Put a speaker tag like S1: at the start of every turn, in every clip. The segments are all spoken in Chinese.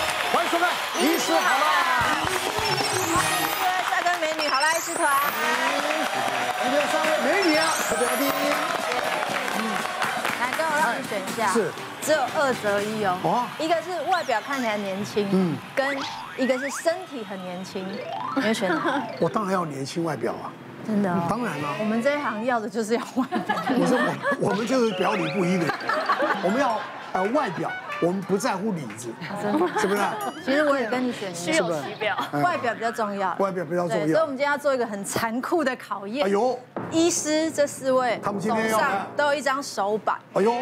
S1: 迎收看《医师好啦》，
S2: 帅哥美女好啦，爱师团，
S1: 今天三位美女啊，特别来宾。
S2: 来跟我让你选一下，
S1: 是
S2: 只有二择一
S1: 哦
S2: 哦，一个是外表看起来年轻，嗯，跟一个是身体很年轻，你会 选哪？
S1: 我当然要年轻外表 啊，
S2: 真的哦，
S1: 当然啦、
S2: 我们这一行要的就是要外 表，
S1: 我说我我们就是表里不一的人，我们要呃外表，我们不在乎里子，
S2: 啊真的。
S1: 是不是？
S2: 其实我也跟你选一
S3: 虚
S2: 样，
S3: 有其 表。
S2: 外表比较重要，
S1: 嗯外表比较重要
S2: 对所以我们今天要做一个很残酷的考验。
S1: 哎呦，
S2: 医师这四位，
S1: 他们今
S2: 手
S1: 天要
S2: 上都有一张手板，
S1: 哎呦，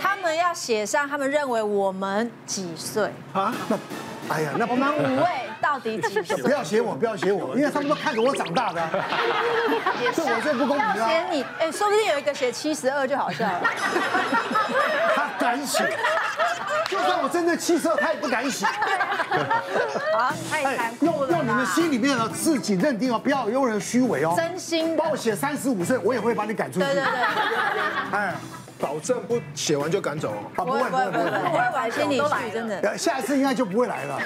S2: 他们要写上他们认为我们几岁，
S1: 啊，那，哎呀，那
S2: 我们五位到底几岁？
S1: 不要写我，不要写我，因为他们都看着我长大的啊，对我这不公
S2: 要
S1: 平啊！
S2: 写你，哎，说不定有一个写七十二就好笑了。
S1: 他敢写，就算我真的气色，他也不 敢写。哎
S2: 啊，太残酷
S1: 用
S2: 了
S1: 用你们
S2: 啦！
S1: 心里面的自己认定哦，不要有人虚伪哦。
S2: 真心的
S1: 帮我写三十五岁，我也会把你赶出去。
S2: 对对对，
S1: 哎，
S4: 保证不写完就赶走哦。
S1: 啊，不
S2: 不会
S1: 会
S2: 不
S1: 不会不
S2: 会不会
S1: 会
S2: 不
S1: 不
S2: 会玩心里去，真的。
S1: 会，下一次应该就不会来 了。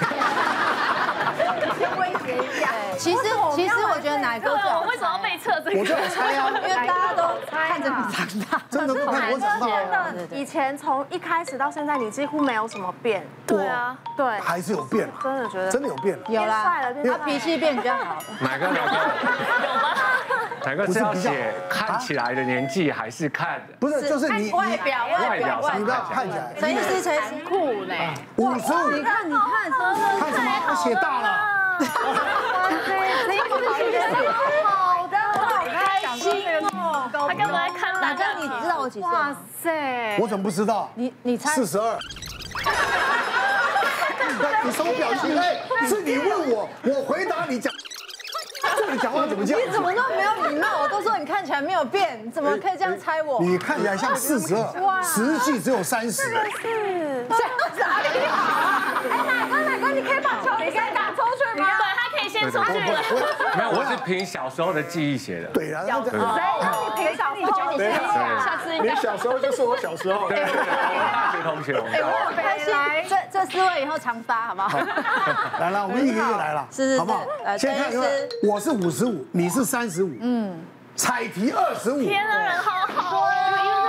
S3: 先威胁一下。
S2: 其实其实我觉得奶哥最好
S3: 我，为什么要被测这个？
S1: 我 就有猜啊，
S2: 因为大家都看着你长大。
S1: 真的不看我长
S5: 真
S1: 大，
S5: 的，以前从一开始到现在，你几乎没有什么变。
S3: 对啊，
S5: 对，
S1: 还是有变了，啊
S5: 真的觉得
S1: 真的有变啊了。
S2: 有啦
S5: 变帅了变，帅
S2: 他
S5: 了
S2: 脾气变比较好了。
S6: 哪个哪个
S3: 有吗？
S6: 哪个是要写看起来的年纪，还是看
S1: 不是，就是你你
S2: 外表外
S6: 外
S2: 表
S6: 表
S2: 外
S6: 上
S1: 你不要看起来
S2: 陈医师，陈医师
S3: 酷嘞，
S1: 五十五，
S2: 你看你看，真的
S1: 看什么？我写大了，
S5: 好的，
S2: 好开心哦！
S3: 他干嘛来看
S2: 哪
S3: 大
S2: 哥
S3: 家？，
S2: 你知道我几岁
S5: 哇
S2: 吗？
S5: 塞，
S1: 我怎么不知道？
S2: 你你猜
S1: 四十二。你什么表情？哎，是你问我，我回答你讲，这你讲话怎么讲？
S2: 你怎么那么没有礼貌？我都说你看起来没有变，你怎么可以这样猜我？
S1: 你看起来像四十二，实际只有三十。
S5: 是
S2: 这样子啊？哎
S3: 对，他可以先出去了。
S6: 没有？我是凭小时候的记忆写的。
S1: 对啊，那个
S3: 下次应
S4: 你
S3: 该
S4: 小时候就是我小时候，
S6: 对对对，我们大学同学，我们
S2: 哎，
S6: 大
S2: 我很开心，这这四位以后常发好不好？
S1: 来了，我们一个一个来了，
S2: 是是是
S1: 好不好
S2: 呃？
S1: 先看
S2: 陈医师，
S1: 我是五十五，你是三十五，嗯，彩题二十五，
S3: 天啊，人好好
S2: 啊
S3: 哦。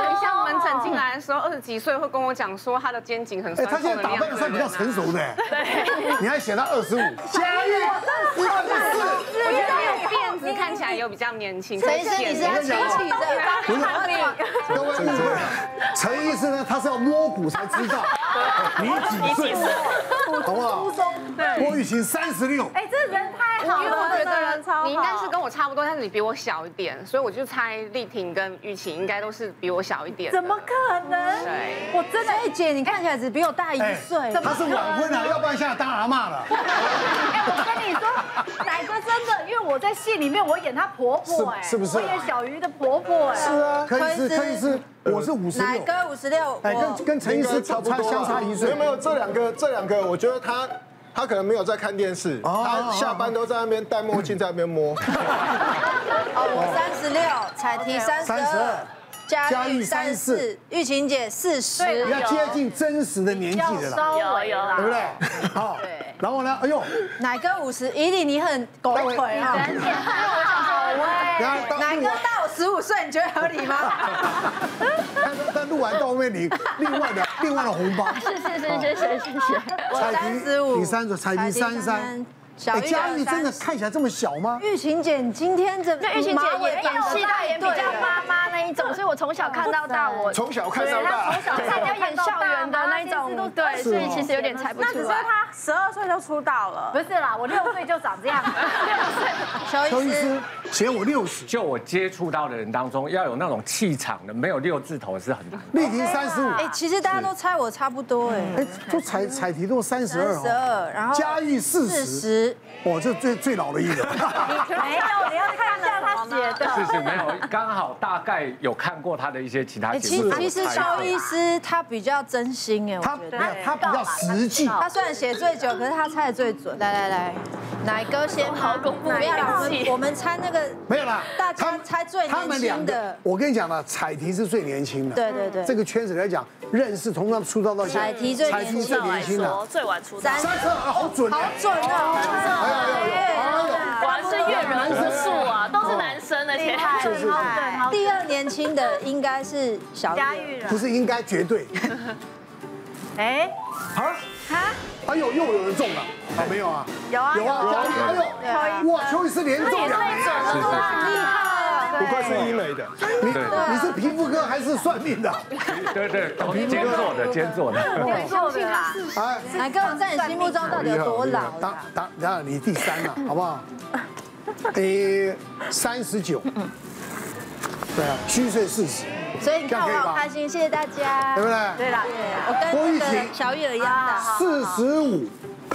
S7: 很像门诊进来的时候，二十几岁会跟我讲说他的肩颈很
S1: 哎，
S7: 酸
S1: 他
S7: 痛
S1: 现
S7: 的
S1: 在打
S7: 那样
S1: 扮的
S7: 子的
S1: 算比较成
S7: 人啊。
S1: 熟的，对，你还写他二十五，嘉玉二十四，
S7: 我觉得没有辫子，看起来又比较年轻。
S2: 陈医生，你是要提起这个
S1: 不是，各位各位，陈医师呢，他是要摸骨才知道你几岁，好不好？郭雨晴三十六，
S5: 哎，这人太好
S7: 因为
S5: 了，
S7: 我
S5: 这
S7: 觉
S5: 个人超
S7: 得
S5: 好。
S7: 你应该是跟我差不多，但是你比我小一点，所以我就猜丽婷跟玉琴应该都是比我小一点。
S5: 怎么？可能？
S7: 对，
S2: 我真的，姐，你看起来只比我大一岁，
S1: 哎他是晚婚啊，要不然现在当阿嬷了。
S5: 哎，我跟你说，奶哥真的，因为我在戏里面我演她婆婆，哎，
S1: 是是不是
S5: 我演小鱼的婆婆，哎，
S1: 是啊，可以是，
S2: 可以是
S1: 可以是，我是五十
S2: 奶
S1: 六，
S2: 哥五哦十六，
S1: 哎，
S2: 我
S1: 跟跟陈医师差差相差一岁，
S4: 啊没有没有，这两个这两个，我觉得他他可能没有在看电视，
S1: 哦
S4: 他下班都在那边戴墨 镜在那边摸。
S2: 哦，我三十六，彩提三十二
S1: 32，
S2: 嘉
S1: 嘉
S2: 玉
S1: 玉
S2: 三四
S1: 34，
S2: 玉琴姐四十，
S1: 比较接近真实的年纪的啦，
S3: 有有
S1: 对
S2: 啊
S3: 有，
S1: 不对？好，然后呢？哎呦，
S2: 奶哥五十，一定你很狗腿啊！
S1: 然后到
S2: 奶
S1: 录
S2: 哥
S1: 完，
S2: 大我十五岁，你觉得合 理吗？
S1: 但但录完到后面领另外的另外的红包，
S3: 是是是是是是。
S2: 我
S1: 彩
S2: 三
S1: 皮
S2: 十五，
S1: 你三十彩皮
S2: 33
S1: 33
S2: 小
S1: 哎，
S2: 玉啊
S1: 嘉玉真的
S2: 30
S1: 看起来这么小吗？
S2: 玉琴姐，你今天这
S3: 那玉琴姐也演
S2: 演
S3: 戏，她也比较妈妈那一种，所以我从小看到大，我
S4: 从小看到大，
S3: 她要演校园的那一种，对，所以其实有点猜不
S5: 那
S3: 出
S5: 只是
S3: 来。
S5: 她十二岁就出道了，不是啦，我六岁就长这样，
S2: 邱
S1: 邱
S2: 医
S1: 医
S2: 师
S1: 师写我六十，
S6: 就我接触到的人当中，要有那种气场的，没有六字头是很难。
S1: 丽婷三十五，
S2: 哎，其实大家都猜我差不多哎，
S1: 哎，都彩彩题都三十
S2: 三
S1: 二
S2: 十
S1: 哦，
S2: 二，然后
S1: 嘉玉四
S2: 四
S1: 十，
S2: 十，
S1: 我这最最老的一个，
S5: 没有，你要看一下她写的。
S6: 是是，没有，刚好大概有看过他的一些其他
S2: 哎，
S6: 节
S2: 其
S6: 目。
S2: 其实
S6: 我才
S2: 肖医师他比较真心哎，我
S1: 他
S2: 觉
S1: 没
S2: 得
S1: 有他比较实际，
S2: 他虽然写最久，可是他猜的最准。来来来，奶哥先吗
S3: 好公
S2: 不
S3: 布
S2: 要啦，我
S3: 勇气
S2: 们我们猜那个
S1: 没有啦，
S2: 大家
S1: 他们
S2: 猜最
S1: 他们
S2: 年
S1: 两
S2: 轻
S1: 个
S2: 的，，
S1: 我跟你讲啦，彩题是最年轻的。
S2: 对对对，
S1: 这个圈子来讲，认识，从他们出道到现在，
S2: 来提最
S1: 才
S2: 年
S1: 是
S2: 轻
S1: 最
S2: 的，
S1: 年轻的。
S8: 最晚出道，
S2: 三
S1: 三十二，好准哎！
S2: 准啊，
S1: 哎呦哎呦哎呦哎呦！
S8: 果然是阅人无数啊，都是男生而且
S1: 是是是，
S5: 好
S2: 第二年轻的应该是小
S5: 佳
S2: 野，
S5: 玉人，
S1: 不是应该绝对
S5: 哎，
S1: 啊？哎呦，又有人中了啊？没有啊？
S5: 有啊
S1: 有啊，家里哎呦，哇，邱医师连中两
S8: 最准
S1: 年，
S8: 了吧？
S2: 厉害，啊
S4: 不愧是医美的，
S1: 你
S6: 对
S1: 你是皮肤科还是算命的？
S6: 对对，都是兼做的，兼做的。
S5: 没错的啦，
S1: 哎，
S2: 来跟我在你心目中到底有多老
S1: 当
S2: 啦？
S1: 当当然你第三了，好不好？诶，三十九，对啊，虚岁四十，
S2: 所以你看
S1: 这样可以
S2: 我
S1: 吧
S2: 好开心，谢谢大家。
S1: 对不对？
S5: 对啦，
S2: 我跟那个小野儿一样
S5: 啊
S2: 大。
S1: 四十五，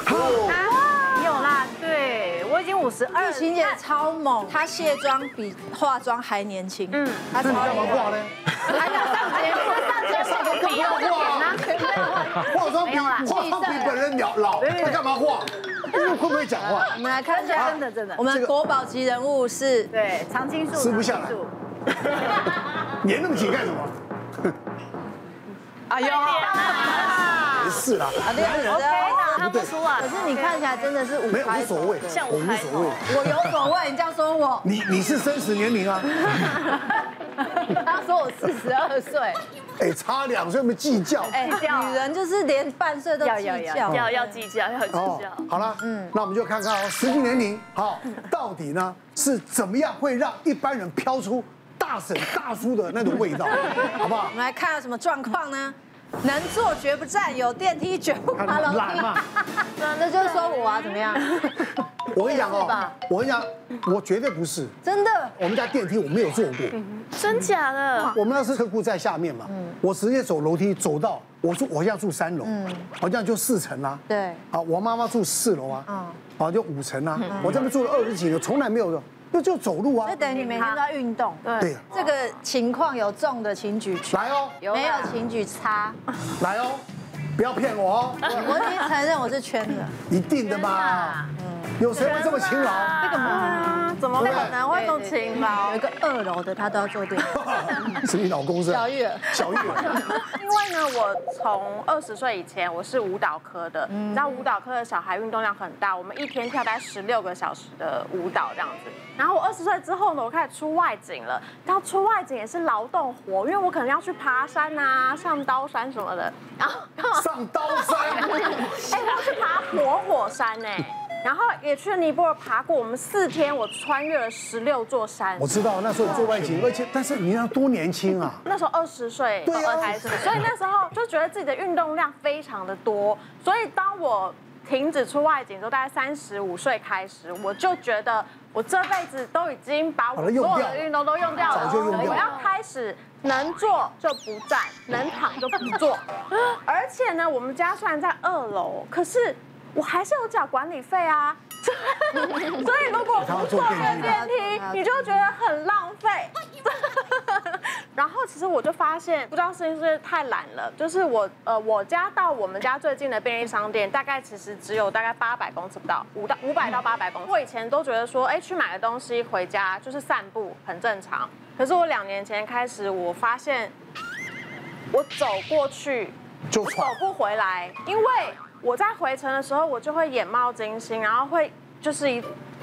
S5: 你有啦，对我已经五十二
S2: 玉，琴姐超猛，她卸妆比化妆还年轻。嗯，她
S1: 那
S2: 超
S1: 你干嘛
S2: 厉害
S1: 挂呢？
S5: 还敢上节目，上节目更不要脸啊！
S1: 化妆比化妆比本人老老，他干嘛化？会不会讲话？
S2: 我们来看一下，
S5: 真的真的
S2: 我们国宝级人物是
S5: 对，常青树，
S1: 吃不下来
S5: 常青树
S1: 演那么紧干什么？
S7: 哎呦，
S1: 没事啦，
S2: 啊，对
S8: 哎，
S2: 啊，
S8: 那他不出啊
S2: 可，是你看起来真的是五
S1: 没有
S2: 开
S1: 无
S2: 头
S1: 所谓，
S8: 像
S1: 我
S8: 我
S1: 无
S8: 开头
S1: 所谓。
S2: 我有所谓，你这样说我，
S1: 你你是真实年龄啊？
S2: 他说我四十二岁，
S1: 哎，差两岁没计较。
S2: 哎，女人就是连半岁都计
S5: 要要
S2: 较，
S8: 要要计较，要计
S1: 哦
S8: 较。，
S1: 好了，嗯，那我们就看看哦，实际年龄好，到底呢是怎么样会让一般人飘出大婶大叔的那种味道，好不好
S2: 我？们来看有什么状况呢？能坐绝不站，有电梯绝 不爬楼
S1: 懒
S2: 梯。
S1: 嘛，
S2: 那就是说我啊，怎么样？
S1: 我跟你讲
S2: 啊是
S1: 哦
S2: 吧，
S1: 我跟你讲，我绝对不是。
S2: 真的，
S1: 我们家电梯我没有坐过，
S2: 嗯
S8: 真假的？
S1: 我们那是客户在下面嘛，我直接走楼梯走到我住，我现在住三楼，好像就四层啦、
S2: 嗯对嗯
S1: 啊，我妈妈住四楼啊，啊就五层啊，我这边住了二十几年，从来没有的，那就走路啊
S2: 就，等于你每天都要运动。
S1: 对啊，
S2: 这个情况有中的请举拳，
S1: 来哦，
S2: 没有请举叉。
S1: 来哦，不要骗我哦，
S2: 我已经承认我是圈的，
S1: 一定的嘛，
S2: 啊
S1: 有谁会这么勤劳？这个
S8: 怎么
S1: 可能
S8: 会弄勤劳
S2: 有一？个二楼的他都要做电梯。
S1: 是你老公是吧
S2: 小玉儿
S1: 小玉儿，
S7: 因为呢，我从二十岁以前我是舞蹈科的，你知道舞蹈科的小孩运动量很大，我们一天跳大概十六个小时的舞蹈这样子。然后我二十岁之后呢，我开始出外景了，然后出外景也是劳动活，因为我可能要去爬山啊、上刀山什么的，然后刚好
S1: 上刀山，
S7: 哎、我去爬活火山呢、然后也去尼泊尔爬过，我们四天我穿越了十六座山
S1: 我。知道那时候你做外景，而且但是你那多年轻啊。
S7: 那时候二十岁，
S1: 对啊
S7: 二十岁，所以那时候就觉得自己的运动量非常的多，所以当我停止出外景之后，大概三十五岁开始，我就觉得我这辈子都已经
S1: 把
S7: 把我
S1: 它
S7: 所
S1: 用
S7: 有
S1: 掉
S7: 的运动都用掉了，
S1: 早就用掉了
S7: 我要开始能坐就不站，能躺就不坐。而且呢，我们家虽然在二楼，可是我还是有缴管理费啊。 所以所以如果
S1: 他要
S7: 不
S1: 坐
S7: 坐
S1: 电梯
S7: 个电梯，你就觉得很浪费。 然后其实我就发现，不知道是不是太懒了，就是我呃我家到我们家最近的便利商店，大概其实只有大概八百公尺不到，五到五百到八百公尺。我以前都觉得说，哎，去买个东西回家就是散步很正常，可是我两年前开始，我发现我走过去
S1: 就
S7: 我走
S1: 闯
S7: 不回来，因为我在回程的时候，我就会眼冒金星，然后会就是一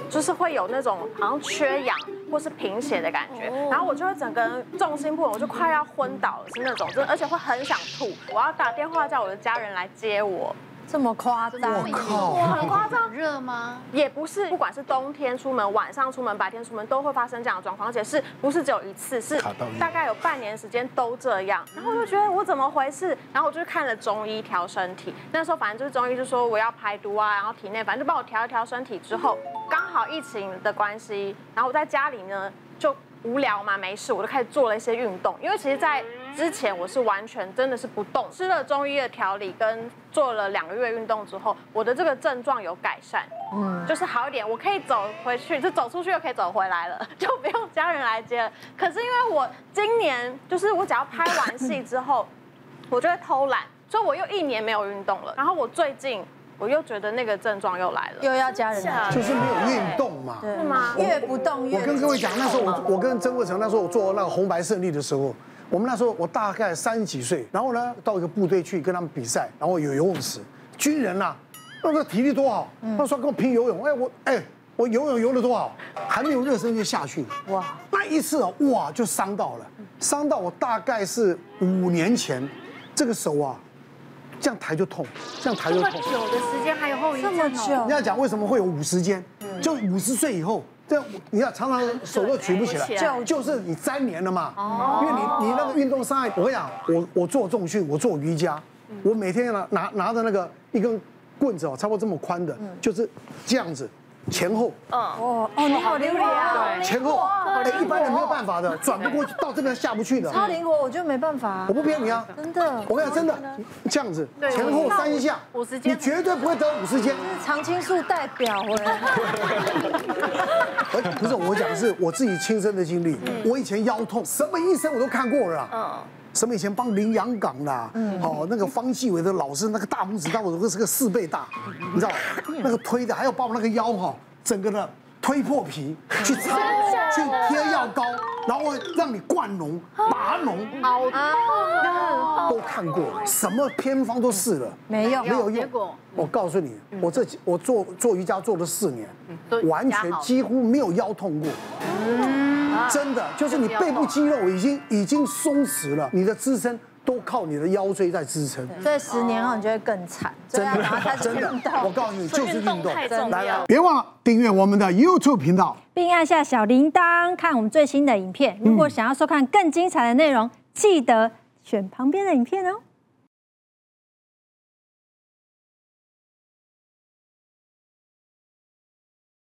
S7: 就是会有那种好像缺氧或是贫血的感觉，然后我就会整个人重心不稳，我就快要昏倒了，是那种，真的而且会很想吐，我要打电话叫我的家人来接我。
S2: 这么夸张？
S1: 靠，
S7: 很夸张，
S3: 热吗？
S7: 也不是，不管是冬天出门、晚上出门、白天出门，都会发生这样的状况，而且是不是只有一次，是
S1: 卡到你
S7: 大概有半年时间都这样。然后我就觉得我怎么回事，然后我就去看了中医调身体。那时候反正就是中医就说我要排毒啊，然后体内反正就帮我调一调身体之后，刚好疫情的关系，然后我在家里呢就无聊嘛，没事，我就开始做了一些运动。因为其实，在之前我是完全真的是不动，吃了中医的调理跟做了两个月运动之后，我的这个症状有改善，嗯，就是好一点，我可以走回去，就走出去又可以走回来了， 就不用家人来接了。可是因为我今年就是我只要拍完戏之后，我就会偷懒，所以我又一年没有运动了。然后我最近我又觉得那个症状又来了，
S2: 又要家人来，
S1: 就是没有运动嘛。
S2: 对
S7: 吗
S2: 越不动越。
S1: 我跟各位讲，那时候我我跟曾国成那时候我做那个红白胜利的时候，我们那时候我大概三十几岁，然后呢到一个部队去跟他们比赛，然后有游泳池，军人呐、那个体力多好，那时候跟我拼游泳，哎我哎我游泳游的多好，还没有热身就下去了，哇，那一次啊哇就伤到了，伤到我大概是五年前，这个手啊这样抬就痛，这样抬就
S5: 这么
S1: 痛。
S5: 久的时间还有后遗症哦。
S1: 人家讲为什么会有五十肩，就五十岁以后，这样你看常常手都举不起来，哦就就是你粘连了嘛。因为你你那个运动伤害，我跟你讲，我我做重训，我做瑜伽，我每天拿拿拿着那个一根棍子哦，差不多这么宽的，就是这样子。前后
S2: 哦哦，你好灵活啊，
S1: 前后，哎，一般人没有办法 的，转不过去，到这边下不去的。
S2: 超灵活，我就没办法啊
S1: 我，不骗你啊，
S2: 真的。
S1: 我跟你讲，真的这样子，前后三下，你绝对不会得五十肩。
S2: 常青树代表哎，
S1: 而且不是我讲的是我自己亲身的经历，我以前腰痛，什么医生我都看过了啦。什么以前帮林洋港啦，哦，那个方继伟的老师，那个大拇指到我都是个四倍大，你知道，那个推的，还要把我那个腰哈，整个的推破皮，去扎去贴药膏，然后让你灌脓、拔脓，
S5: 好痛
S1: 都看过，什么偏方都试了，
S2: 没用
S1: 没有
S5: 结
S1: 用
S5: 果。嗯
S1: 我告诉你，我这几我做做瑜伽做了四年，完全几乎没有腰痛过。
S8: 啊
S1: 真的，就是你背部肌肉已经已经松弛了，你的支撑都靠你的腰椎在支撑。
S2: 所以十年后你就会更惨，所以
S1: 哦真
S2: 要
S8: 啊
S2: 赶快开
S1: 的，
S2: 始
S1: 真的
S2: 运，
S1: 我
S2: 动，
S1: 告诉你，就是运
S8: 运动
S1: 动。
S8: 太重
S2: 来
S8: 要。
S1: 别忘了订阅我们的 YouTube 频道。
S9: 并按下小铃铛看我们最新的影片。如果想要收看更精彩的内容，记得选旁边的影片哦。